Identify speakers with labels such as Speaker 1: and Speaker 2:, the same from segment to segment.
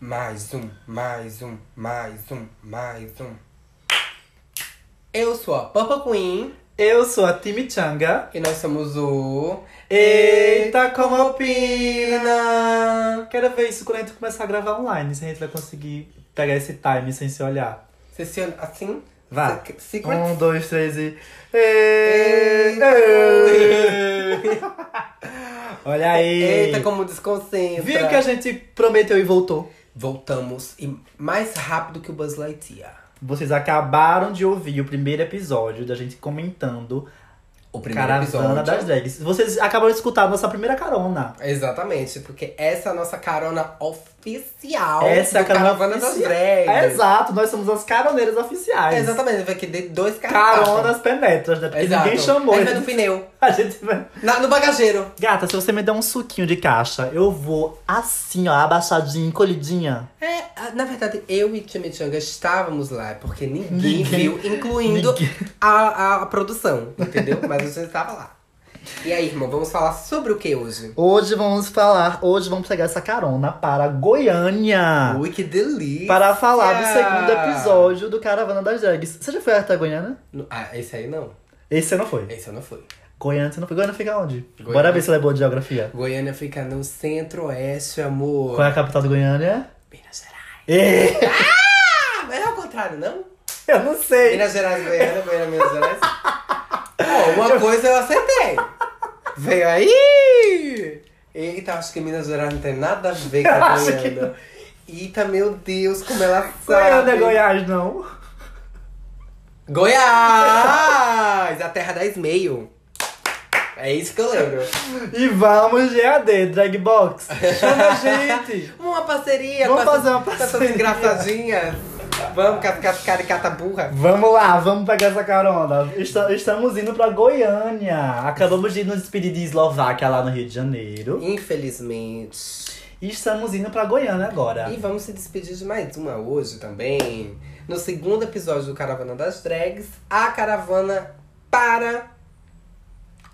Speaker 1: Mais um, mais um, mais um, mais um. Eu sou a Papa Queen
Speaker 2: Eu sou a Timichanga.
Speaker 1: e nós somos o.
Speaker 2: Eita, como opina! Quero ver isso quando a gente começar a gravar online, se a gente vai conseguir pegar esse time sem se olhar.
Speaker 1: Você se olha assim?
Speaker 2: Vá.
Speaker 1: Se- Secret.
Speaker 2: Um, dois, três e.
Speaker 1: é Eita.
Speaker 2: Olha aí!
Speaker 1: Eita, como desconcentra.
Speaker 2: Viu que a gente prometeu e voltou?
Speaker 1: Voltamos e mais rápido que o Buzz Lightyear.
Speaker 2: Vocês acabaram de ouvir o primeiro episódio da gente comentando
Speaker 1: O
Speaker 2: Caravana das Drags. Vocês acabaram de escutar a nossa primeira carona.
Speaker 1: Exatamente, porque essa é a nossa carona oficial
Speaker 2: Essa é a
Speaker 1: do
Speaker 2: carona
Speaker 1: Caravana das
Speaker 2: oficial.
Speaker 1: Drags.
Speaker 2: Exato, nós somos as caroneiras oficiais.
Speaker 1: Exatamente, vai que dê dois cartazes.
Speaker 2: Caronas penetras, né? Porque
Speaker 1: Exato.
Speaker 2: ninguém chamou.
Speaker 1: A gente
Speaker 2: a
Speaker 1: vai no
Speaker 2: gente-
Speaker 1: pneu,
Speaker 2: A gente vai...
Speaker 1: na- no bagageiro.
Speaker 2: Gata, se você me der um suquinho de caixa, eu vou assim, ó, abaixadinha, encolhidinha.
Speaker 1: É, ah, na verdade, eu e Chimichanga estávamos lá, porque ninguém,
Speaker 2: Ninguém-
Speaker 1: viu, incluindo
Speaker 2: ninguém.
Speaker 1: A, a produção, entendeu? Mas a gente estava lá. E aí, irmão, vamos falar sobre o que hoje?
Speaker 2: Hoje vamos falar, hoje vamos pegar essa carona para Goiânia.
Speaker 1: Ui, que delícia!
Speaker 2: Ah. Para falar do segundo episódio do Caravana das Drags. Você já foi até Goiânia?
Speaker 1: No- Ah, esse aí não.
Speaker 2: Esse você não foi.
Speaker 1: Esse eu não fui.
Speaker 2: Goiânia você não foi. Goiânia fica onde?
Speaker 1: Goiânia.
Speaker 2: Bora ver se ela é boa de geografia.
Speaker 1: Goiânia fica no centro-oeste, amor.
Speaker 2: Qual é a capital de Goiânia?
Speaker 1: Minas Gerais.
Speaker 2: Ê,
Speaker 1: Ah, mas é ao contrário, não?
Speaker 2: Eu não sei.
Speaker 1: Minas Gerais, Goiânia, Goiânia, Minas Gerais. Ó, uma coisa eu acertei. Veio aí! Eita, acho que Minas Gerais não tem nada a ver com
Speaker 2: Eu
Speaker 1: a
Speaker 2: acho que
Speaker 1: Goiânia. Eita, meu Deus, como ela sabe.
Speaker 2: Goiânia é Goiás, não.
Speaker 1: Goiás! A terra da Esmeio. É isso que eu lembro.
Speaker 2: E vamos GAD, Drag Box. Chama a gente.
Speaker 1: Uma parceria
Speaker 2: Vamos
Speaker 1: com essas-
Speaker 2: fazer uma
Speaker 1: com essas
Speaker 2: parceria.
Speaker 1: engraçadinhas. Vamos com as- com as caricata burra.
Speaker 2: Vamos lá, vamos pegar essa carona. Esta- Estamos indo pra Goiânia. Acabamos de nos despedir de Eslováquia lá no Rio de Janeiro.
Speaker 1: Infelizmente.
Speaker 2: E estamos indo pra Goiânia agora.
Speaker 1: E vamos se despedir de mais uma hoje também. No segundo episódio do Caravana das Drags, a caravana para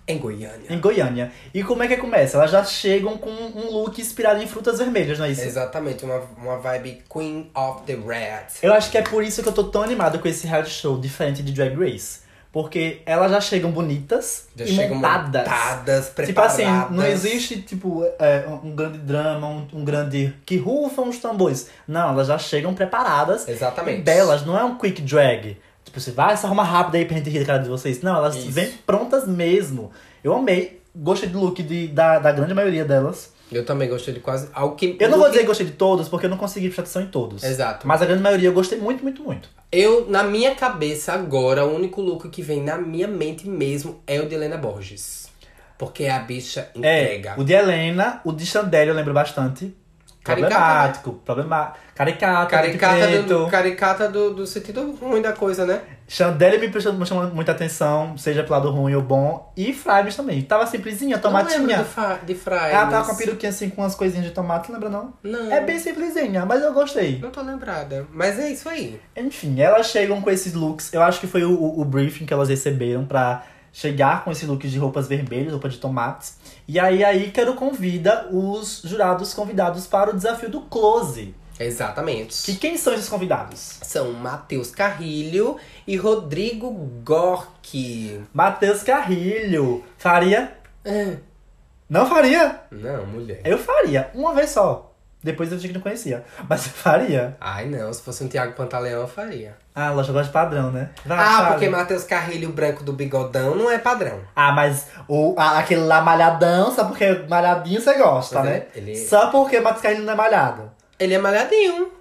Speaker 1: em Goiânia.
Speaker 2: Em Goiânia. E como é que começa? Elas já chegam com um look inspirado em frutas vermelhas, não é isso?
Speaker 1: Exatamente, uma, uma vibe Queen of the Red.
Speaker 2: Eu acho que é por isso que eu tô tão animado com esse reality show, diferente de Drag Race. Porque elas já chegam bonitas
Speaker 1: Já
Speaker 2: e
Speaker 1: chegam
Speaker 2: montadas.
Speaker 1: montadas,
Speaker 2: Tipo
Speaker 1: preparadas.
Speaker 2: assim, não existe, tipo, é, um um grande drama, um, um grande... Que rufam os tambores. Não, elas já chegam preparadas e
Speaker 1: Exatamente.
Speaker 2: belas. Não é um quick drag. Tipo, você vai, se arruma rápido aí pra gente rir da cara de vocês. Não, elas
Speaker 1: Isso.
Speaker 2: vêm prontas mesmo. Eu amei. Gostei do look de, da, da grande maioria delas.
Speaker 1: Eu também gostei de quase. Ao que
Speaker 2: Eu não vou dizer que gostei de todas, porque eu não consegui prestar atenção em todos.
Speaker 1: Exato.
Speaker 2: Mas a grande maioria eu gostei muito, muito, muito.
Speaker 1: Eu, na minha cabeça, agora, o único look que vem na minha mente mesmo é o de Helena Borges. Porque a bicha entrega.
Speaker 2: É, o de Helena, o de Chandelle eu lembro bastante.
Speaker 1: Caricata, né?
Speaker 2: Problemático, problemático. Caricata,
Speaker 1: Caricata,
Speaker 2: preto.
Speaker 1: do, caricata do, do sentido ruim da coisa, né?
Speaker 2: Chandelle me prestou- me chamou muita atenção, seja pro lado ruim ou bom. E Frimes também. Tava simplesinha,
Speaker 1: Não lembro
Speaker 2: É tomatinha.
Speaker 1: do fa- de Fry.
Speaker 2: Ela tava com a peruquinha assim, com umas coisinhas de tomate, lembra não?
Speaker 1: Não.
Speaker 2: É bem simplesinha, mas eu gostei.
Speaker 1: Não tô lembrada. Mas é isso aí.
Speaker 2: Enfim, elas chegam com esses looks. Eu acho que foi o, o- o briefing que elas receberam pra chegar com esses looks de roupas vermelhas, roupa de tomates. E aí a Ícaro convida os jurados convidados para o desafio do close.
Speaker 1: Exatamente.
Speaker 2: Que quem são esses convidados?
Speaker 1: São Matheus Carrilho e Rodrigo Gork.
Speaker 2: Matheus Carrilho. Faria?
Speaker 1: Ah,
Speaker 2: Não faria?
Speaker 1: Não, mulher.
Speaker 2: Eu faria, uma vez só. Depois eu achei que não conhecia. Mas eu faria.
Speaker 1: Ai, não. Se fosse um Tiago Pantaleão, eu faria.
Speaker 2: Ah, ela já gosta de padrão, né? Vai,
Speaker 1: ah,
Speaker 2: sabe?
Speaker 1: porque Matheus Carrilho branco do bigodão não é padrão.
Speaker 2: Ah, mas o, a- aquele lá malhadão, só porque é malhadinho você gosta,
Speaker 1: Mas
Speaker 2: né?
Speaker 1: é, ele- ele-
Speaker 2: Só porque Matheus Carrilho não é malhado.
Speaker 1: Ele é malhadinho.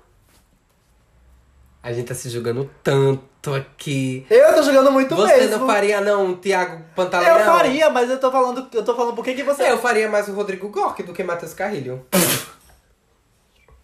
Speaker 1: A gente tá se julgando tanto aqui.
Speaker 2: Eu tô jogando muito
Speaker 1: você
Speaker 2: mesmo.
Speaker 1: não faria, não, Tiago Pantaleão?
Speaker 2: Eu faria, mas eu tô falando, eu tô falando por que que você...
Speaker 1: Eu faria mais o Rodrigo Gork do que Matheus Carrilho.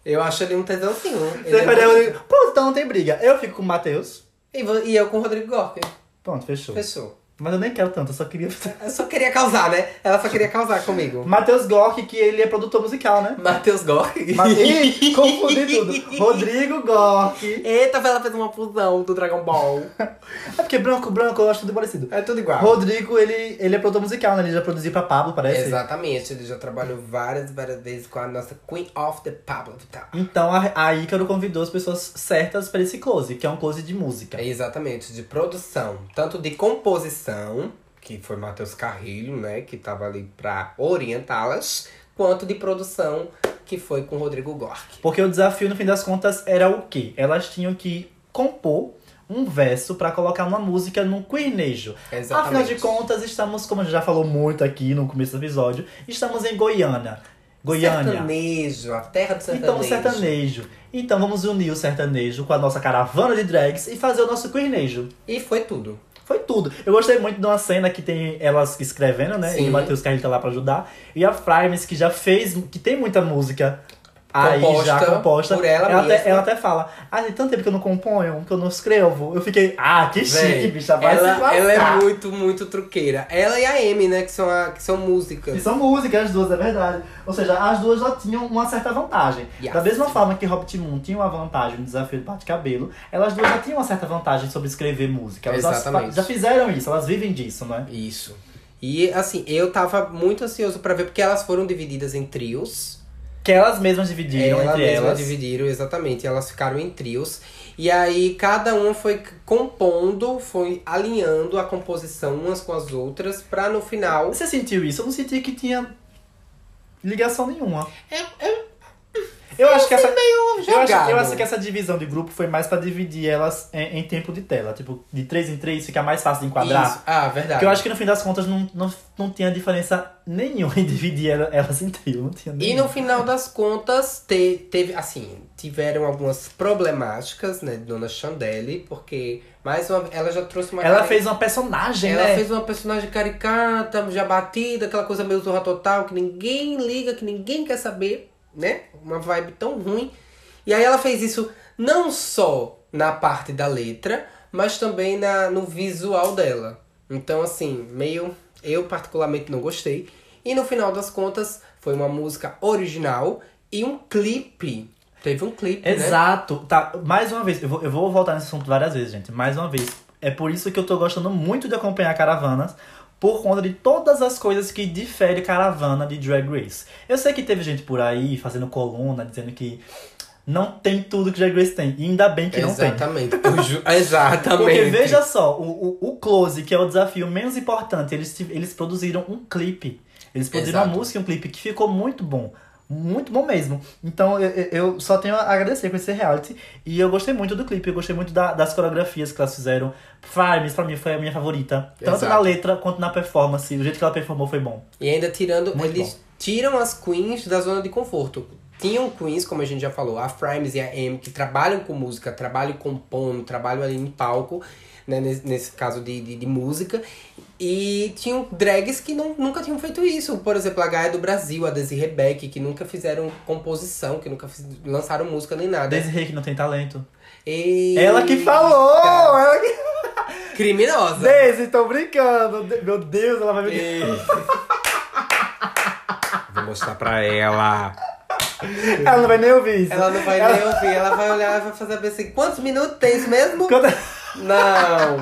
Speaker 1: eu acho ele um tesãozinho. Ele
Speaker 2: Você
Speaker 1: é
Speaker 2: faria um-
Speaker 1: bonito.
Speaker 2: o- Pronto, então não tem briga. Eu fico com o Matheus.
Speaker 1: e, vo- e eu com o Rodrigo Gork.
Speaker 2: Pronto, fechou.
Speaker 1: Fechou.
Speaker 2: Mas eu nem quero tanto, eu só queria.
Speaker 1: Eu só queria causar, né? Ela só queria causar comigo.
Speaker 2: Matheus Gork, que ele é produtor musical, né?
Speaker 1: Matheus Gork.
Speaker 2: Mas... Ih, confundi tudo. Rodrigo Gork.
Speaker 1: Eita, ela fez uma fusão do Dragon Ball.
Speaker 2: É porque branco, branco, eu acho tudo parecido.
Speaker 1: É tudo igual.
Speaker 2: Rodrigo, ele, ele é produtor musical, né? Ele já produziu pra Pablo, parece.
Speaker 1: Exatamente, ele já trabalhou várias, várias vezes com a nossa Queen of the Pablo Vittar.
Speaker 2: Então a, a Ícaro convidou as pessoas certas pra esse close, que é um close de música.
Speaker 1: É Exatamente, de produção, tanto de composição, que foi Matheus Carrilho, né, que tava ali pra orientá-las, quanto de produção, que foi com Rodrigo Gork.
Speaker 2: Porque o desafio, no fim das contas, era o quê? Elas tinham que compor um verso pra colocar uma música num quernejo.
Speaker 1: É
Speaker 2: Afinal de contas, estamos, como a gente já falou muito aqui no começo do episódio, estamos em Goiânia. Goiânia.
Speaker 1: Sertanejo, a terra do sertanejo.
Speaker 2: Então, sertanejo. Então, vamos unir o sertanejo com a nossa caravana de drags e fazer o nosso quernejo.
Speaker 1: E foi tudo.
Speaker 2: Foi tudo. Eu gostei muito de uma cena que tem elas escrevendo, né? E
Speaker 1: Sim.
Speaker 2: o Matheus Carrilho tá lá pra ajudar. E a Frimes, que já fez, que tem muita música aí
Speaker 1: Composta
Speaker 2: já composta.
Speaker 1: por ela
Speaker 2: até,
Speaker 1: mesma.
Speaker 2: ela até fala, ah, tem tanto tempo que eu não componho, que eu não escrevo. Eu fiquei, ah, que
Speaker 1: Véi,
Speaker 2: chique, bicha, vai se
Speaker 1: ela,
Speaker 2: lascar.
Speaker 1: ela é muito, muito truqueira. Ela e a Amy, né, que são, a, que são
Speaker 2: E
Speaker 1: músicas.
Speaker 2: são músicas, as duas, é verdade. Ou seja, as duas já tinham uma certa vantagem.
Speaker 1: Yes.
Speaker 2: Da mesma forma que Robert Moon tinha uma vantagem no desafio do bate-cabelo, elas duas já tinham uma certa vantagem sobre escrever música. Elas já-
Speaker 1: Exatamente.
Speaker 2: já fizeram isso, elas vivem disso, né?
Speaker 1: Isso. E, assim, eu tava muito ansioso pra ver, porque elas foram divididas em trios.
Speaker 2: Que elas mesmas dividiram
Speaker 1: Ela
Speaker 2: entre
Speaker 1: mesma
Speaker 2: elas.
Speaker 1: É, dividiram, exatamente. Elas ficaram em trios. E aí, cada uma foi compondo, foi alinhando a composição umas com as outras, pra no final...
Speaker 2: Você sentiu isso? Eu não senti que tinha ligação nenhuma.
Speaker 1: Eu, eu
Speaker 2: Eu acho que essa. Eu acho,
Speaker 1: jogado.
Speaker 2: eu acho que essa divisão de grupo foi mais pra dividir elas em, em tempo de tela. Tipo, de três em três fica mais fácil de enquadrar.
Speaker 1: Isso. Ah, verdade.
Speaker 2: Porque eu acho que no fim das contas não, não, não tinha diferença nenhuma em dividir ela- elas em trio. Não tinha
Speaker 1: E
Speaker 2: nenhuma.
Speaker 1: no final das contas, te- teve, assim, tiveram algumas problemáticas, né, de Dona Chandelle, porque mais uma ela já trouxe uma
Speaker 2: Ela
Speaker 1: cari-
Speaker 2: fez uma personagem,
Speaker 1: ela
Speaker 2: né?
Speaker 1: fez uma personagem caricata, já batida, aquela coisa meio zorra total, que ninguém liga, que ninguém quer saber, né? Uma vibe tão ruim. E aí ela fez isso não só na parte da letra, mas também na, no visual dela. Então, assim, meio. Eu particularmente não gostei. E no final das contas, foi uma música original e um clipe. Teve um clipe, né?
Speaker 2: Exato. Tá, mais uma vez, eu vou, eu vou voltar nesse assunto várias vezes, gente. Mais uma vez. É por isso que eu tô gostando muito de acompanhar caravanas. Por conta de todas as coisas que difere caravana de Drag Race. Eu sei que teve gente por aí fazendo coluna, dizendo que não tem tudo que Drag Race tem. E ainda bem que não tem.
Speaker 1: Exatamente. Eu ju- Exatamente.
Speaker 2: Porque veja só, o, o, o Close, que é o desafio menos importante, eles, tive- eles produziram um clipe. Eles produziram uma
Speaker 1: Exato.
Speaker 2: música e um clipe que ficou muito bom. Muito bom mesmo. Então eu, eu- eu só tenho a agradecer com esse reality. E eu gostei muito do clipe, eu gostei muito da- das coreografias que elas fizeram. Farms, pra mim, foi a minha favorita. Tanto
Speaker 1: Exato.
Speaker 2: na letra quanto na performance. O jeito que ela performou foi bom.
Speaker 1: E ainda tirando.
Speaker 2: Muito
Speaker 1: eles
Speaker 2: bom.
Speaker 1: tiram as queens da zona de conforto. Tinham queens, como a gente já falou, a Frimes e a M, que trabalham com música, trabalham compondo, trabalham ali em palco, né? Nesse, nesse caso de, de, de música. E tinham drags que não, nunca tinham feito isso. Por exemplo, a Gaia do Brasil, a Desi Rebeck, que nunca fizeram composição, que nunca fiz- lançaram música nem
Speaker 2: A
Speaker 1: nada.
Speaker 2: Desiree que não tem talento.
Speaker 1: E...
Speaker 2: Ela que falou! Ela que...
Speaker 1: Criminosa!
Speaker 2: Desi, tô brincando! De- Meu Deus, ela vai me.
Speaker 1: E- Vou mostrar pra ela.
Speaker 2: Ela não vai nem ouvir isso.
Speaker 1: Ela não vai nem ouvir, ela vai olhar e vai fazer assim, quantos minutos tem isso mesmo?
Speaker 2: Quando-
Speaker 1: Não.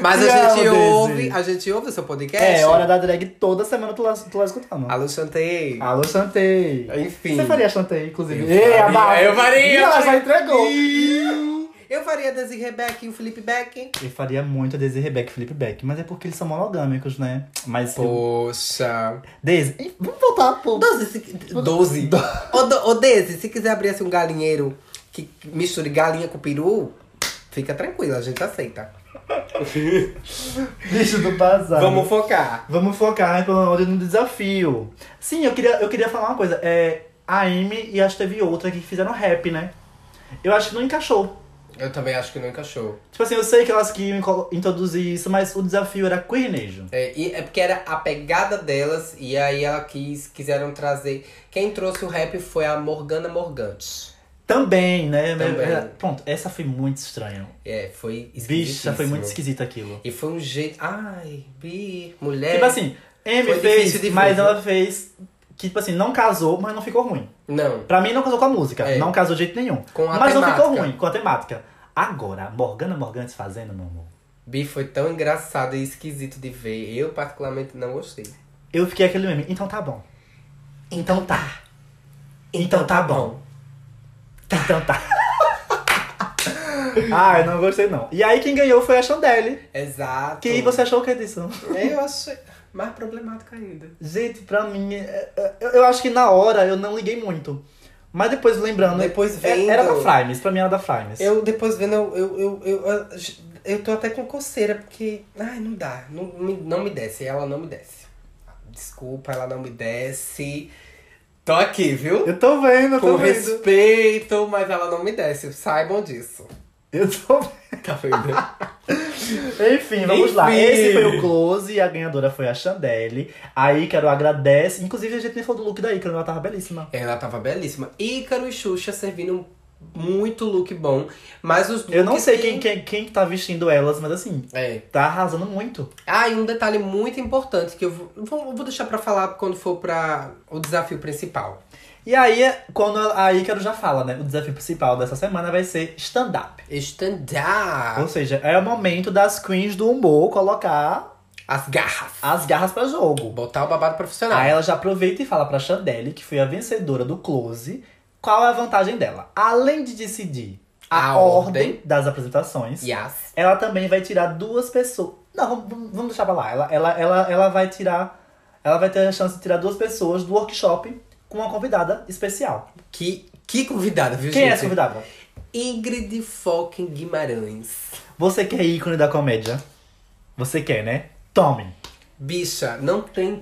Speaker 1: Mas a
Speaker 2: Não,
Speaker 1: gente
Speaker 2: Daisy.
Speaker 1: ouve, a gente ouve o seu podcast.
Speaker 2: É, hora da drag toda semana tu lá, tu lá escutando.
Speaker 1: Alô, Chantei.
Speaker 2: Alô, Chantei.
Speaker 1: Enfim.
Speaker 2: Você faria Chantei, inclusive.
Speaker 1: Eu
Speaker 2: Ei,
Speaker 1: faria,
Speaker 2: abafa.
Speaker 1: eu faria, eu
Speaker 2: Ela já
Speaker 1: faria.
Speaker 2: entregou.
Speaker 1: Eu faria a Desi Rebeck e o Felipe Beck.
Speaker 2: Eu faria muito a Daisy Rebeca e Felipe Beck, mas é porque eles são monogâmicos, né? Mas. eu-
Speaker 1: Poxa.
Speaker 2: Daisy, hein, vamos voltar pro.
Speaker 1: Doze. Se... Doze. Ô, Do- ô, Desi, se quiser abrir assim um galinheiro que misture galinha com peru, fica tranquila, a gente aceita.
Speaker 2: Bicho do bazar.
Speaker 1: Vamos focar.
Speaker 2: Vamos focar, né, pelo amor de Deus, no desafio. Sim, eu queria, eu queria falar uma coisa. É, a Amy e acho que teve outra que fizeram rap, né? Eu acho que não encaixou.
Speaker 1: Eu também acho que não encaixou.
Speaker 2: Tipo assim, eu sei que elas queriam inco- introduzir isso, mas o desafio era queernejo.
Speaker 1: É, e é porque era a pegada delas e aí ela quis, quiseram trazer. Quem trouxe o rap foi a Morgana Morgante.
Speaker 2: Também, né?
Speaker 1: Também.
Speaker 2: Pronto, essa foi muito estranha.
Speaker 1: É, foi
Speaker 2: Bicha, foi muito
Speaker 1: esquisito.
Speaker 2: esquisita aquilo.
Speaker 1: E foi um jeito. Ai, bi, mulher.
Speaker 2: Tipo assim, M
Speaker 1: É, Foi difícil de
Speaker 2: fez, mas
Speaker 1: ver.
Speaker 2: ela fez que, tipo assim, não casou, mas não ficou ruim.
Speaker 1: Não.
Speaker 2: Pra mim, não casou com a música.
Speaker 1: É.
Speaker 2: Não casou de jeito nenhum.
Speaker 1: Com a
Speaker 2: mas não ficou
Speaker 1: temática.
Speaker 2: ruim, com a temática. Agora, Morgana Morgantes fazendo, meu amor.
Speaker 1: Bi foi tão engraçado e esquisito de ver. Eu, particularmente, não gostei.
Speaker 2: Eu fiquei aquele meme. Então tá bom. Então tá. Então tá bom. Então tá. ah, eu não gostei não. E aí quem ganhou foi a Chandelle.
Speaker 1: Exato.
Speaker 2: Que você achou o que disso?
Speaker 1: Eu achei mais problemático ainda.
Speaker 2: Gente, pra mim, é- é- eu, eu acho que na hora eu não liguei muito. Mas depois lembrando,
Speaker 1: Depois
Speaker 2: é-
Speaker 1: vendo-
Speaker 2: era da Frimes, pra mim era da Frimes.
Speaker 1: Eu depois vendo, eu, eu, eu, eu, eu, tô até com coceira, porque. Ai, não dá. Não, me- não me desce. Ela não me desce. Desculpa, ela não me desce. Tô aqui, viu?
Speaker 2: Eu tô vendo, eu
Speaker 1: Com
Speaker 2: tô vendo.
Speaker 1: respeito, mas ela não me desce. Saibam disso.
Speaker 2: Eu tô
Speaker 1: Tá vendo?
Speaker 2: Enfim, vamos lá.
Speaker 1: Enfim.
Speaker 2: Esse foi o close e a ganhadora foi a Chandelle. A Ícaro agradece. Inclusive, a gente nem falou do look da Ícaro, ela tava belíssima.
Speaker 1: ela tava belíssima. Ícaro e Xuxa servindo muito look bom. Mas os
Speaker 2: Eu não
Speaker 1: looks
Speaker 2: sei
Speaker 1: que-
Speaker 2: quem, quem, quem tá vestindo elas, mas assim,
Speaker 1: É.
Speaker 2: tá arrasando muito.
Speaker 1: Ah, e um detalhe muito importante que eu vou, vou vou deixar pra falar quando for pra o desafio principal.
Speaker 2: E aí, quando a Ícaro já fala, né? O desafio principal dessa semana vai ser stand-up. Ou
Speaker 1: Stand-up.
Speaker 2: seja, é o momento das queens do humor colocar
Speaker 1: As garras.
Speaker 2: as garras pra jogo.
Speaker 1: Botar o babado profissional.
Speaker 2: Aí ela já aproveita e fala pra Chandelle, que foi a vencedora do close, qual é a vantagem dela. Além de decidir a,
Speaker 1: A
Speaker 2: ordem,
Speaker 1: ordem.
Speaker 2: das apresentações,
Speaker 1: Yes.
Speaker 2: ela também vai tirar duas pessoas. Não, vamos vamos deixar pra lá. Ela, ela, ela, ela vai tirar. Ela vai ter a chance de tirar duas pessoas do workshop com uma convidada especial.
Speaker 1: Que, que convidada, viu,
Speaker 2: Quem é
Speaker 1: gente?
Speaker 2: essa convidada?
Speaker 1: Ingrid fucking Guimarães.
Speaker 2: Você que é ícone da comédia. Você quer, né? Tome.
Speaker 1: Bicha, não tem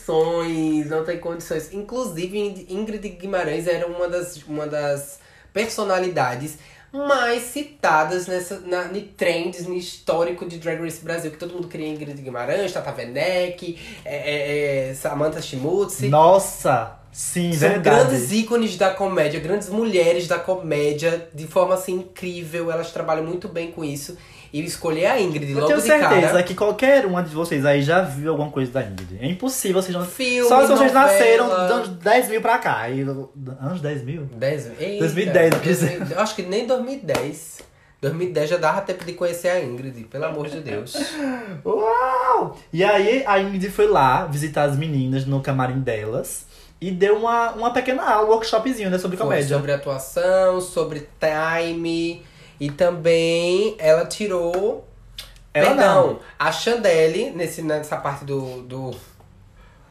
Speaker 1: condições, não tem condições. Inclusive, Ind- Ingrid Guimarães era uma das, uma das personalidades mais citadas nessa, na, em trends, no histórico de Drag Race Brasil, que todo mundo queria Ingrid Guimarães, Tata Werneck, é, é, é, Samantha Schmutz.
Speaker 2: Nossa! Sim,
Speaker 1: São
Speaker 2: verdade.
Speaker 1: grandes ícones da comédia, grandes mulheres da comédia, de forma assim incrível. Elas trabalham muito bem com isso. E escolher a Ingrid
Speaker 2: Eu
Speaker 1: logo
Speaker 2: tenho
Speaker 1: de
Speaker 2: certeza
Speaker 1: cara.
Speaker 2: que qualquer uma de vocês aí já viu alguma coisa da Ingrid. É impossível vocês não.
Speaker 1: Filme,
Speaker 2: Só se vocês
Speaker 1: novela.
Speaker 2: nasceram dos anos 10 mil pra cá. E... Anos 10 mil?
Speaker 1: 10, eita,
Speaker 2: 2010, eu
Speaker 1: 2010, acho que nem 2010. 2010 já dava tempo de conhecer a Ingrid, pelo amor de Deus.
Speaker 2: Uau! E aí a Ingrid foi lá visitar as meninas no camarim delas e deu uma, uma pequena aula, um workshopzinho, né, sobre
Speaker 1: Foi
Speaker 2: comédia.
Speaker 1: sobre atuação, sobre time. E também ela tirou.
Speaker 2: Ela
Speaker 1: Perdão,
Speaker 2: não.
Speaker 1: A Chandelle, nesse, nessa parte do, do,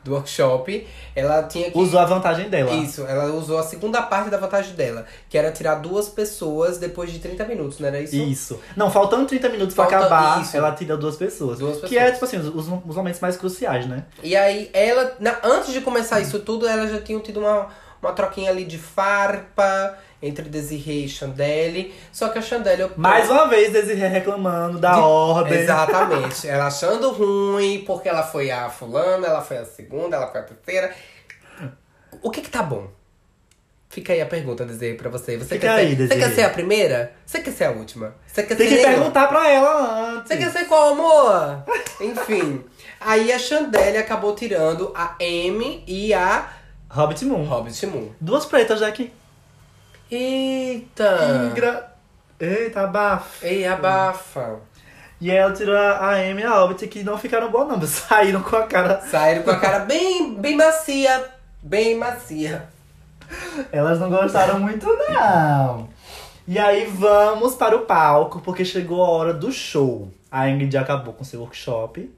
Speaker 1: do workshop, ela tinha que.
Speaker 2: Usou a vantagem dela.
Speaker 1: Isso, ela usou a segunda parte da vantagem dela, que era tirar duas pessoas depois de 30 minutos, não era isso?
Speaker 2: Isso. Não, faltando 30 minutos pra
Speaker 1: Falta-
Speaker 2: acabar,
Speaker 1: isso.
Speaker 2: ela tira duas pessoas.
Speaker 1: Duas
Speaker 2: Que é,
Speaker 1: pessoas.
Speaker 2: tipo assim, os, os momentos mais cruciais, né?
Speaker 1: E aí, ela, na- antes de começar isso tudo, elas já tinham tido uma, uma troquinha ali de farpa entre Desiree e Chandelle. Só que a Chandelle optou-
Speaker 2: Mais uma vez, Desirê reclamando da
Speaker 1: Então- De-
Speaker 2: ordem.
Speaker 1: Exatamente. ela achando ruim, porque ela foi a fulana, ela foi a segunda, ela foi a terceira. O que que tá bom? Fica aí a pergunta, Desiree, pra você. Você,
Speaker 2: Fica
Speaker 1: quer,
Speaker 2: aí,
Speaker 1: ser, você quer
Speaker 2: Desiree.
Speaker 1: ser a primeira? Você quer ser a última? Você quer
Speaker 2: Tem
Speaker 1: ser
Speaker 2: que
Speaker 1: nenhuma?
Speaker 2: perguntar pra ela antes.
Speaker 1: Você quer ser qual, amor? Enfim. Aí a Chandelle acabou tirando a Amy e a
Speaker 2: Hobbit Moon.
Speaker 1: Hobbit Moon.
Speaker 2: Duas pretas né, daqui.
Speaker 1: Eita!
Speaker 2: Ingra... Eita, bafo.
Speaker 1: Ei, abafa.
Speaker 2: E aí ela tirou a a Amy e a Hobbit, que não ficaram boas não. Saíram com a cara
Speaker 1: Saíram com a cara bem, bem macia. Bem macia.
Speaker 2: Elas não gostaram muito, não. E aí vamos para o palco, porque chegou a hora do show. A Ingrid acabou com seu workshop.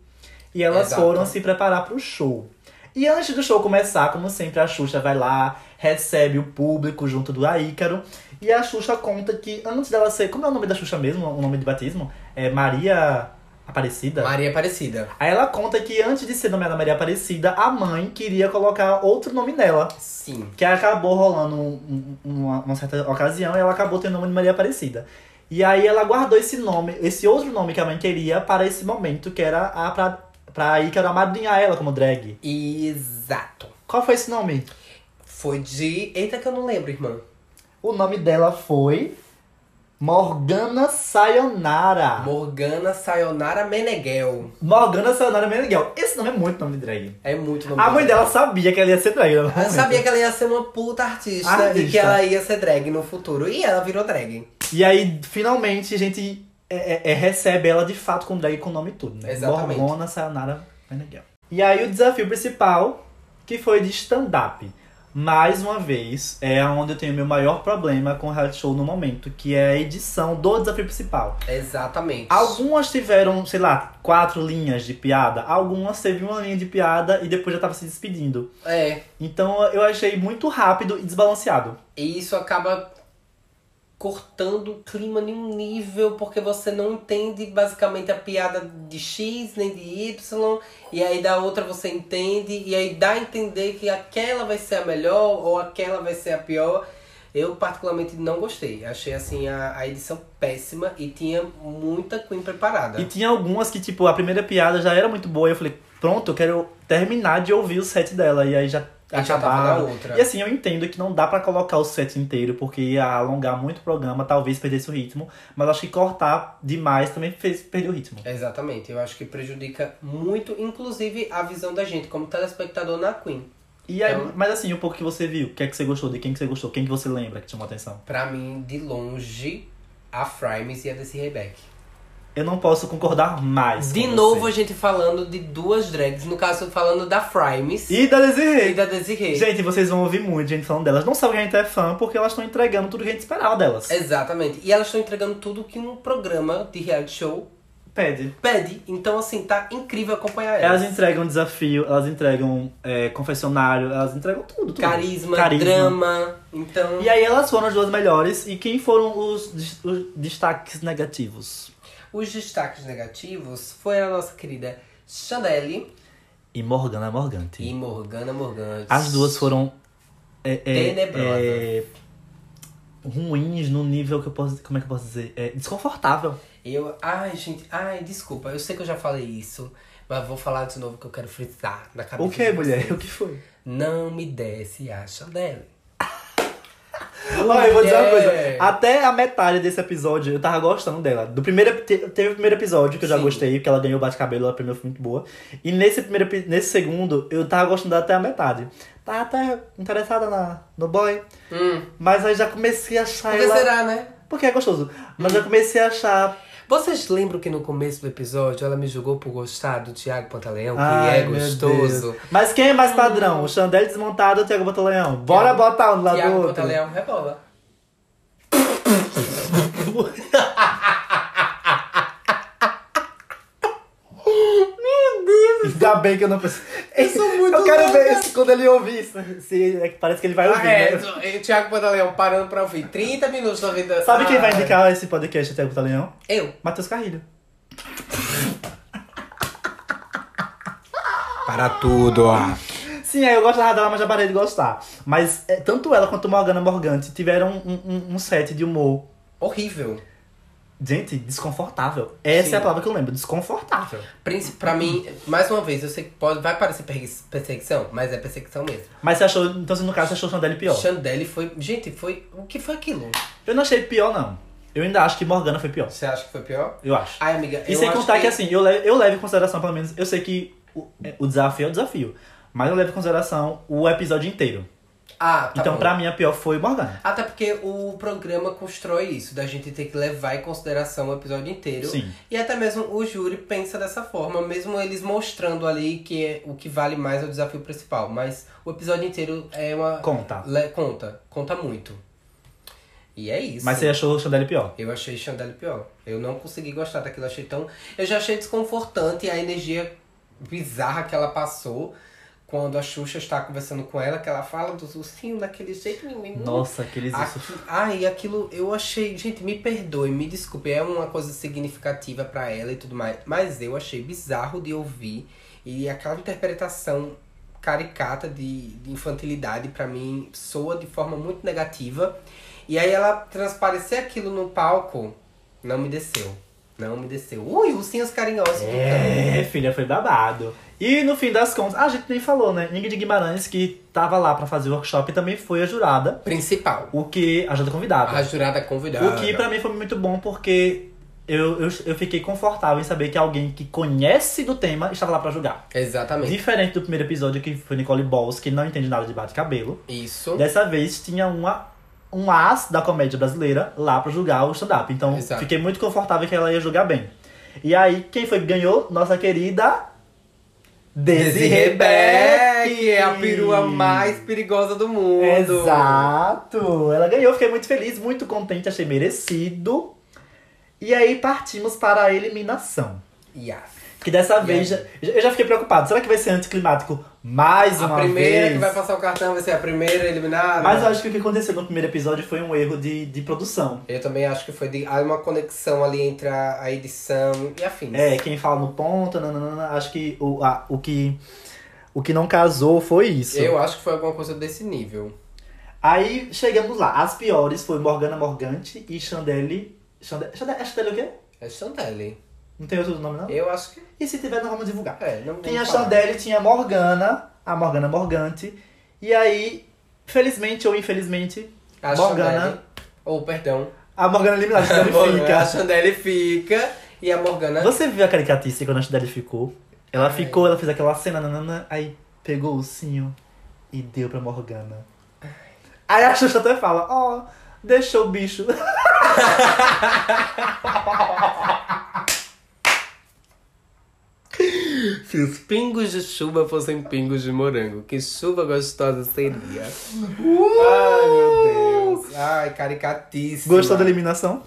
Speaker 2: E elas
Speaker 1: Exato.
Speaker 2: foram se preparar para o show. E antes do show começar, como sempre, a Xuxa vai lá, recebe o público junto do Ícaro. E a Xuxa conta que antes dela ser. Como é o nome da Xuxa mesmo? O nome de batismo? É Maria Aparecida?
Speaker 1: Maria Aparecida.
Speaker 2: Aí ela conta que antes de ser nomeada Maria Aparecida, a mãe queria colocar outro nome nela.
Speaker 1: Sim.
Speaker 2: Que acabou rolando um- um- uma, uma certa ocasião e ela acabou tendo o nome de Maria Aparecida. E aí ela guardou esse nome, esse outro nome que a mãe queria para esse momento, que era a pra, pra Ícaro amadrinhar ela como drag.
Speaker 1: Exato.
Speaker 2: Qual foi esse nome?
Speaker 1: Foi de. Eita, que eu não lembro, irmã.
Speaker 2: O nome dela foi Morgana Sayonara.
Speaker 1: Morgana Sayonara Meneghel.
Speaker 2: Morgana Sayonara Meneghel. Esse nome é muito nome de drag.
Speaker 1: É muito nome
Speaker 2: A
Speaker 1: dela.
Speaker 2: mãe dela sabia que ela ia ser drag. né? no
Speaker 1: Ela
Speaker 2: momento.
Speaker 1: sabia que ela ia ser uma puta artista, e
Speaker 2: Artista.
Speaker 1: que ela ia ser drag no futuro. E ela virou drag.
Speaker 2: E aí, finalmente, a gente é, é- é, recebe ela de fato com drag com nome e tudo, né?
Speaker 1: Exatamente.
Speaker 2: Morgana Sayonara Meneghel. E aí, o desafio principal, que foi de stand-up. Mais uma vez, é onde eu tenho meu maior problema com reality show no momento, que é a edição do desafio principal.
Speaker 1: Exatamente.
Speaker 2: Algumas tiveram, sei lá, quatro linhas de piada. Algumas teve uma linha de piada e depois já tava se despedindo.
Speaker 1: É.
Speaker 2: Então eu achei muito rápido e desbalanceado.
Speaker 1: E isso acaba cortando o clima em um nível, porque você não entende basicamente a piada de X nem de Y, e aí da outra você entende, e aí dá a entender que aquela vai ser a melhor ou aquela vai ser a pior. Eu particularmente não gostei. Achei assim a, a edição péssima e tinha muita Queen preparada.
Speaker 2: E tinha algumas que, tipo, a primeira piada já era muito boa. E eu falei, pronto, eu quero terminar de ouvir o set dela. E aí já
Speaker 1: a gente já tava na
Speaker 2: acabaram.
Speaker 1: outra.
Speaker 2: E assim, eu entendo que não dá pra colocar o set inteiro, porque ia alongar muito o programa, talvez perdesse o ritmo. Mas acho que cortar demais também fez perder o ritmo.
Speaker 1: Exatamente, eu acho que prejudica muito, inclusive, a visão da gente como telespectador na Queen.
Speaker 2: E aí,
Speaker 1: Então-
Speaker 2: mas assim, o pouco que você viu, o que é que você gostou, de quem que você gostou, quem que você lembra que chamou a atenção?
Speaker 1: Pra mim, de longe, a Frimes e a Desi Rebeck.
Speaker 2: Eu não posso concordar mais.
Speaker 1: De
Speaker 2: com
Speaker 1: novo, a
Speaker 2: você.
Speaker 1: gente falando de duas drags. No caso, falando da Frimes e,
Speaker 2: E da Desirê.
Speaker 1: da Desiree.
Speaker 2: Gente, vocês vão ouvir muito gente falando delas. Não sabe que a gente é fã, porque elas estão entregando tudo que a gente esperava delas.
Speaker 1: É. Exatamente. E elas estão entregando tudo que um programa de reality show
Speaker 2: Pede.
Speaker 1: pede. Então, assim, tá incrível acompanhar elas.
Speaker 2: É, Elas entregam desafio, elas entregam é, confessionário, elas entregam tudo, tudo.
Speaker 1: Carisma,
Speaker 2: Carisma.
Speaker 1: drama. Então,
Speaker 2: E aí elas foram as duas melhores. E quem foram os, des- os destaques negativos?
Speaker 1: os destaques negativos foi a nossa querida Chanelle
Speaker 2: E Morgana Morgante.
Speaker 1: e Morgana Morgante.
Speaker 2: As duas foram. É, é,
Speaker 1: Tenebrosas.
Speaker 2: é, ruins no nível que eu posso. Como é que eu posso dizer? É, desconfortável.
Speaker 1: Eu. Ai, gente, ai, desculpa. Eu sei que eu já falei isso, mas vou falar de novo que eu quero frisar na cabeça.
Speaker 2: O que,
Speaker 1: de
Speaker 2: mulher?
Speaker 1: vocês.
Speaker 2: O que foi?
Speaker 1: Não me desce a Chanel.
Speaker 2: Ó, eu vou dizer uma coisa.
Speaker 1: Mulher.
Speaker 2: Até a metade desse episódio, eu tava gostando dela. Do primeiro, te- teve o primeiro episódio que eu já
Speaker 1: Sim.
Speaker 2: gostei, porque ela ganhou o bate-cabelo, ela primeiro foi muito boa. E nesse primeiro, epi- nesse segundo, eu tava gostando dela até a metade. Tava até interessada na, no boy,
Speaker 1: Hum.
Speaker 2: mas aí já comecei a achar
Speaker 1: Porque
Speaker 2: ela...
Speaker 1: será, Hum. né?
Speaker 2: Porque é gostoso. Mas já comecei a achar...
Speaker 1: Vocês lembram que no começo do episódio ela me julgou por gostar do Thiago Pantaleão, que é
Speaker 2: Ai, meu
Speaker 1: gostoso. Hum.
Speaker 2: Deus. Mas quem é mais padrão? O Chandel desmontado ou o Thiago Botaleão? Bora
Speaker 1: Thiago-
Speaker 2: botar um do lado do
Speaker 1: Thiago
Speaker 2: outro.
Speaker 1: Pantaleão rebola.
Speaker 2: Ainda bem que eu não preciso. Eu
Speaker 1: sou muito
Speaker 2: quero
Speaker 1: louca.
Speaker 2: ver isso quando ele ouvir isso. Se, é que parece que ele vai ouvir. né?
Speaker 1: é, Thiago Pantaleão parando pra ouvir 30 minutos da vida.
Speaker 2: Sabe quem vai
Speaker 1: Ai.
Speaker 2: indicar esse podcast até o Leão?
Speaker 1: Eu.
Speaker 2: Matheus Carrilho.
Speaker 1: Para tudo, ó.
Speaker 2: Sim, aí eu gostava dela, mas já parei de gostar. Mas é, tanto ela quanto Morgana Morgante tiveram um, um- um set de humor.
Speaker 1: Horrível.
Speaker 2: Gente, desconfortável. Essa
Speaker 1: Sim.
Speaker 2: é a palavra que eu lembro, desconfortável.
Speaker 1: Princi- Pra mim, mais uma vez, eu sei que pode, vai parecer perse- perseguição, mas é perseguição mesmo.
Speaker 2: Mas você achou, então no caso, você achou o Chandelle pior?
Speaker 1: Chandelle foi. Gente, foi. O que foi aquilo?
Speaker 2: Eu não achei pior, não. Eu ainda acho que Morgana foi pior.
Speaker 1: Você acha que foi pior?
Speaker 2: Eu acho.
Speaker 1: Ai, amiga.
Speaker 2: E
Speaker 1: eu
Speaker 2: sem
Speaker 1: acho
Speaker 2: contar que, assim, eu, le- eu levo em consideração, pelo menos, eu sei que o, é, o desafio é o desafio. Mas eu levo em consideração o episódio inteiro.
Speaker 1: Ah, tá
Speaker 2: então,
Speaker 1: bom.
Speaker 2: pra mim, a pior foi Morgana.
Speaker 1: Até porque o programa constrói isso, da gente ter que levar em consideração o episódio inteiro.
Speaker 2: Sim.
Speaker 1: E até mesmo o júri pensa dessa forma, mesmo eles mostrando ali que é- o que vale mais é o desafio principal. Mas o episódio inteiro é uma.
Speaker 2: Conta.
Speaker 1: le- Conta. Conta muito. E é isso.
Speaker 2: Mas você achou o Chandelle pior.
Speaker 1: Eu achei Chandelle pior. Eu não consegui gostar daquilo. Achei tão. Eu já achei desconfortante a energia bizarra que ela passou quando a Xuxa está conversando com ela, que ela fala dos ursinhos daquele jeito. menino.
Speaker 2: Nossa, aqueles isso.
Speaker 1: Aqui, ai, aquilo eu achei. Gente, me perdoe, me desculpe. É uma coisa significativa pra ela e tudo mais. Mas eu achei bizarro de ouvir. E aquela interpretação caricata de, de infantilidade, pra mim, soa de forma muito negativa. E aí ela transparecer aquilo no palco não me desceu. Não me desceu. Ui, ursinhos carinhosos.
Speaker 2: É, filha, foi babado. E no fim das contas, ah, a gente nem falou, né? Ingrid Guimarães, que tava lá pra fazer o workshop, também foi a jurada.
Speaker 1: Principal.
Speaker 2: O que. A jurada convidada.
Speaker 1: A jurada convidada.
Speaker 2: O que pra mim foi muito bom porque eu, eu, eu fiquei confortável em saber que alguém que conhece do tema estava lá pra julgar.
Speaker 1: Exatamente.
Speaker 2: Diferente do primeiro episódio que foi Nicole Balls, que não entende nada de bate-cabelo.
Speaker 1: Isso.
Speaker 2: Dessa vez tinha uma, um as da comédia brasileira lá pra julgar o stand-up. Então
Speaker 1: Exato.
Speaker 2: fiquei muito confortável que ela ia julgar bem. E aí, quem foi que ganhou? Nossa querida. Desirê Beck!
Speaker 1: é a perua mais perigosa do mundo.
Speaker 2: Exato! Ela ganhou, fiquei muito feliz, muito contente, achei merecido. E aí partimos para a eliminação.
Speaker 1: Yeah.
Speaker 2: Que dessa
Speaker 1: E
Speaker 2: vez já- eu já fiquei preocupado. Será que vai ser anticlimático mais
Speaker 1: A
Speaker 2: uma
Speaker 1: primeira
Speaker 2: vez?
Speaker 1: que vai passar o cartão vai ser a primeira eliminada.
Speaker 2: Mas eu acho que o que aconteceu no primeiro episódio foi um erro de, de produção.
Speaker 1: Eu também acho que foi de, há uma conexão ali entre a, a edição e afins.
Speaker 2: É, quem fala no ponto, nananana, acho que o, a- o que o que não casou foi isso.
Speaker 1: Eu acho que foi alguma coisa desse nível.
Speaker 2: Aí chegamos lá. As piores foi Morgana Morgante e Chandelle. Chandelle, Chandelle, é Chandelle o quê?
Speaker 1: É Chantelle.
Speaker 2: Não tem outro nome, não?
Speaker 1: Eu acho que
Speaker 2: E se tiver, nós vamos divulgar.
Speaker 1: é. Não
Speaker 2: Tinha a
Speaker 1: vamos falar.
Speaker 2: Chandelle, tinha a Morgana, a Morgana Morgante. E aí, felizmente ou infelizmente,
Speaker 1: A
Speaker 2: Morgana.
Speaker 1: Chandelle- Ou, perdão.
Speaker 2: a Morgana eliminada. A Chandelle
Speaker 1: A
Speaker 2: fica.
Speaker 1: Chandelle fica e a Morgana...
Speaker 2: Você viu a caricatice quando a Chandelle ficou? Ela ficou, ela fez aquela cena, nanana, aí pegou o ursinho e deu pra Morgana. Aí a Xuxa até fala, ó, deixou o bicho.
Speaker 1: Se os pingos de chuva fossem pingos de morango, que chuva gostosa seria.
Speaker 2: Uh!
Speaker 1: Ai, meu Deus. Ai, caricatice.
Speaker 2: Gostou da eliminação?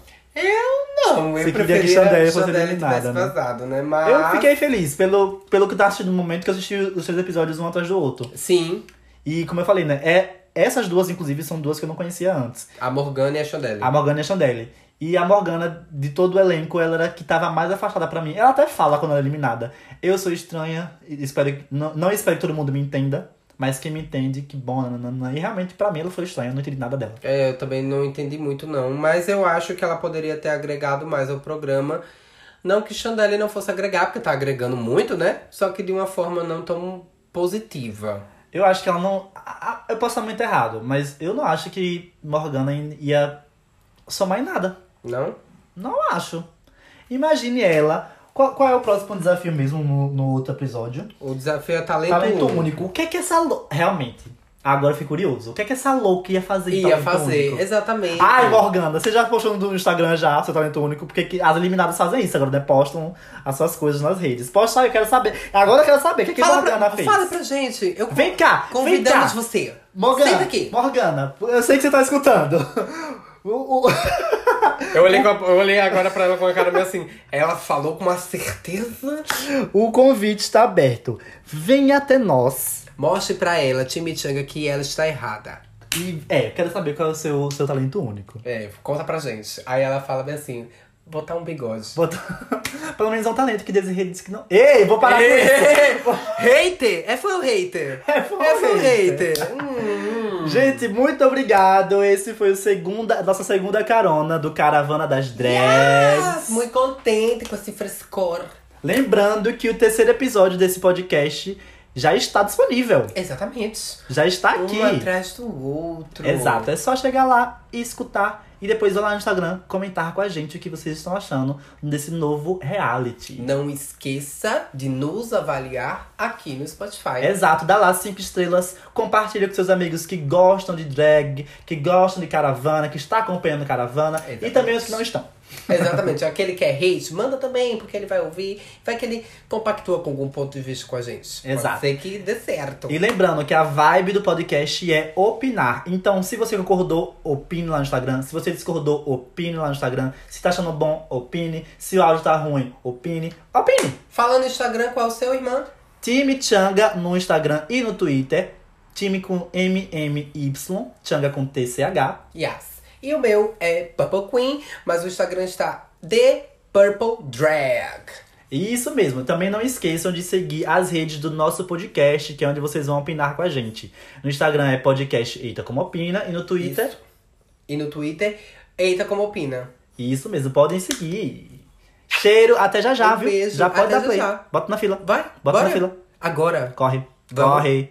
Speaker 1: Não, eu
Speaker 2: Você queria que
Speaker 1: preferia que
Speaker 2: Chandelle
Speaker 1: a
Speaker 2: fosse
Speaker 1: Chandelle
Speaker 2: eliminada,
Speaker 1: tivesse
Speaker 2: né?
Speaker 1: vazado, né? Mas...
Speaker 2: Eu fiquei feliz pelo, pelo que tá assistindo no momento que eu assisti os três episódios um atrás do outro.
Speaker 1: Sim,
Speaker 2: E como eu falei, né? É, essas duas, inclusive, são duas que eu não conhecia antes.
Speaker 1: a Morgana e a Chandelle.
Speaker 2: A Morgana e a Chandelle. E a Morgana, de todo o elenco, ela era a que tava mais afastada pra mim. Ela até fala quando ela é eliminada. Eu sou estranha, e espero que- não, não espero que todo mundo me entenda, mas quem me entende, que bom. nananana. E realmente, pra mim, ela foi estranha, eu não entendi nada dela.
Speaker 1: É, eu também não entendi muito, não. Mas eu acho que ela poderia ter agregado mais ao programa. Não que Chandelle não fosse agregar, porque tá agregando muito, né? Só que de uma forma não tão positiva.
Speaker 2: Eu acho que ela não. a- a- Eu posso estar muito errado, mas eu não acho que Morgana ia somar em nada.
Speaker 1: Não?
Speaker 2: Não acho. Imagine ela. Qual, qual é o próximo desafio mesmo no, no outro episódio?
Speaker 1: O desafio é talento,
Speaker 2: Talento
Speaker 1: único.
Speaker 2: único. O que é que essa louca. Realmente. Agora eu fico curioso. O que é que essa louca ia fazer? em
Speaker 1: Ia
Speaker 2: Talento
Speaker 1: fazer,
Speaker 2: Único?
Speaker 1: exatamente.
Speaker 2: Ai, Morgana, você já postou no Instagram já seu talento único? Porque que- as eliminadas fazem isso agora, né? Postam as suas coisas nas redes. Posta aí, eu quero saber. Agora eu quero saber o que, é que
Speaker 1: fala,
Speaker 2: Morgana
Speaker 1: pra,
Speaker 2: fez.
Speaker 1: fala pra gente. Eu
Speaker 2: Vem cá, vem
Speaker 1: convidamos
Speaker 2: cá.
Speaker 1: você.
Speaker 2: Morgana,
Speaker 1: Senta aqui.
Speaker 2: Morgana, eu sei que você tá escutando. O- o-
Speaker 1: Eu olhei, com a- eu olhei agora pra ela com a cara meio assim. Ela falou com uma certeza.
Speaker 2: o convite está aberto. Vem até nós.
Speaker 1: Mostre pra ela, Chimichanga, que ela está errada.
Speaker 2: E, é, eu quero saber qual é o seu, seu talento único.
Speaker 1: É, conta pra gente. Aí ela fala bem assim, botar um bigode.
Speaker 2: Bota- Pelo menos é um talento que Desirê disse que não. Ei, vou parar com
Speaker 1: Ei,
Speaker 2: isso!
Speaker 1: Hater? É foi o hater.
Speaker 2: É foi o
Speaker 1: o
Speaker 2: hater.
Speaker 1: hater. Hum, hum.
Speaker 2: Gente, muito obrigado. Esse foi o segunda, nossa segunda carona do Caravana das Drags.
Speaker 1: Ah, Muito contente com esse frescor.
Speaker 2: Lembrando que o terceiro episódio desse podcast já está disponível.
Speaker 1: Exatamente.
Speaker 2: Já está Tá aqui.
Speaker 1: Um atrás do outro.
Speaker 2: Exato, é só chegar lá e escutar. E depois ir lá no Instagram comentar com a gente o que vocês estão achando desse novo reality.
Speaker 1: Não esqueça de nos avaliar aqui no Spotify.
Speaker 2: Exato, dá lá cinco estrelas, compartilha com seus amigos que gostam de drag, que gostam de caravana, que está acompanhando caravana e
Speaker 1: Exatamente.
Speaker 2: também os que não estão.
Speaker 1: Exatamente. Aquele que é hate, manda também, porque ele vai ouvir. Vai que ele compactua com algum ponto de vista com a gente. Pode
Speaker 2: Exato.
Speaker 1: ser que dê certo.
Speaker 2: E lembrando que a vibe do podcast é opinar. Então, se você concordou, opine lá no Instagram. Se você discordou, opine lá no Instagram. Se tá achando bom, opine. Se o áudio tá ruim, opine. Opine!
Speaker 1: Fala no Instagram qual é o seu irmão.
Speaker 2: Time Changa no Instagram e no Twitter. Time com MMY, Changa com TCH.
Speaker 1: Yes. E o meu é Purple Queen, mas o Instagram está The Purple Drag.
Speaker 2: Isso mesmo, também não esqueçam de seguir as redes do nosso podcast, que é onde vocês vão opinar com a gente. No Instagram é podcast Eita Como Opina e no Twitter. Isso,
Speaker 1: Isso. E no Twitter, Eita Como Opina.
Speaker 2: mesmo, podem seguir. Cheiro, até já já,
Speaker 1: Um
Speaker 2: viu?
Speaker 1: beijo,
Speaker 2: Já pode
Speaker 1: até
Speaker 2: dar
Speaker 1: já
Speaker 2: play.
Speaker 1: já.
Speaker 2: Bota na fila.
Speaker 1: Vai,
Speaker 2: Bota
Speaker 1: bora.
Speaker 2: na fila.
Speaker 1: Agora.
Speaker 2: Corre.
Speaker 1: Vamos.
Speaker 2: Corre.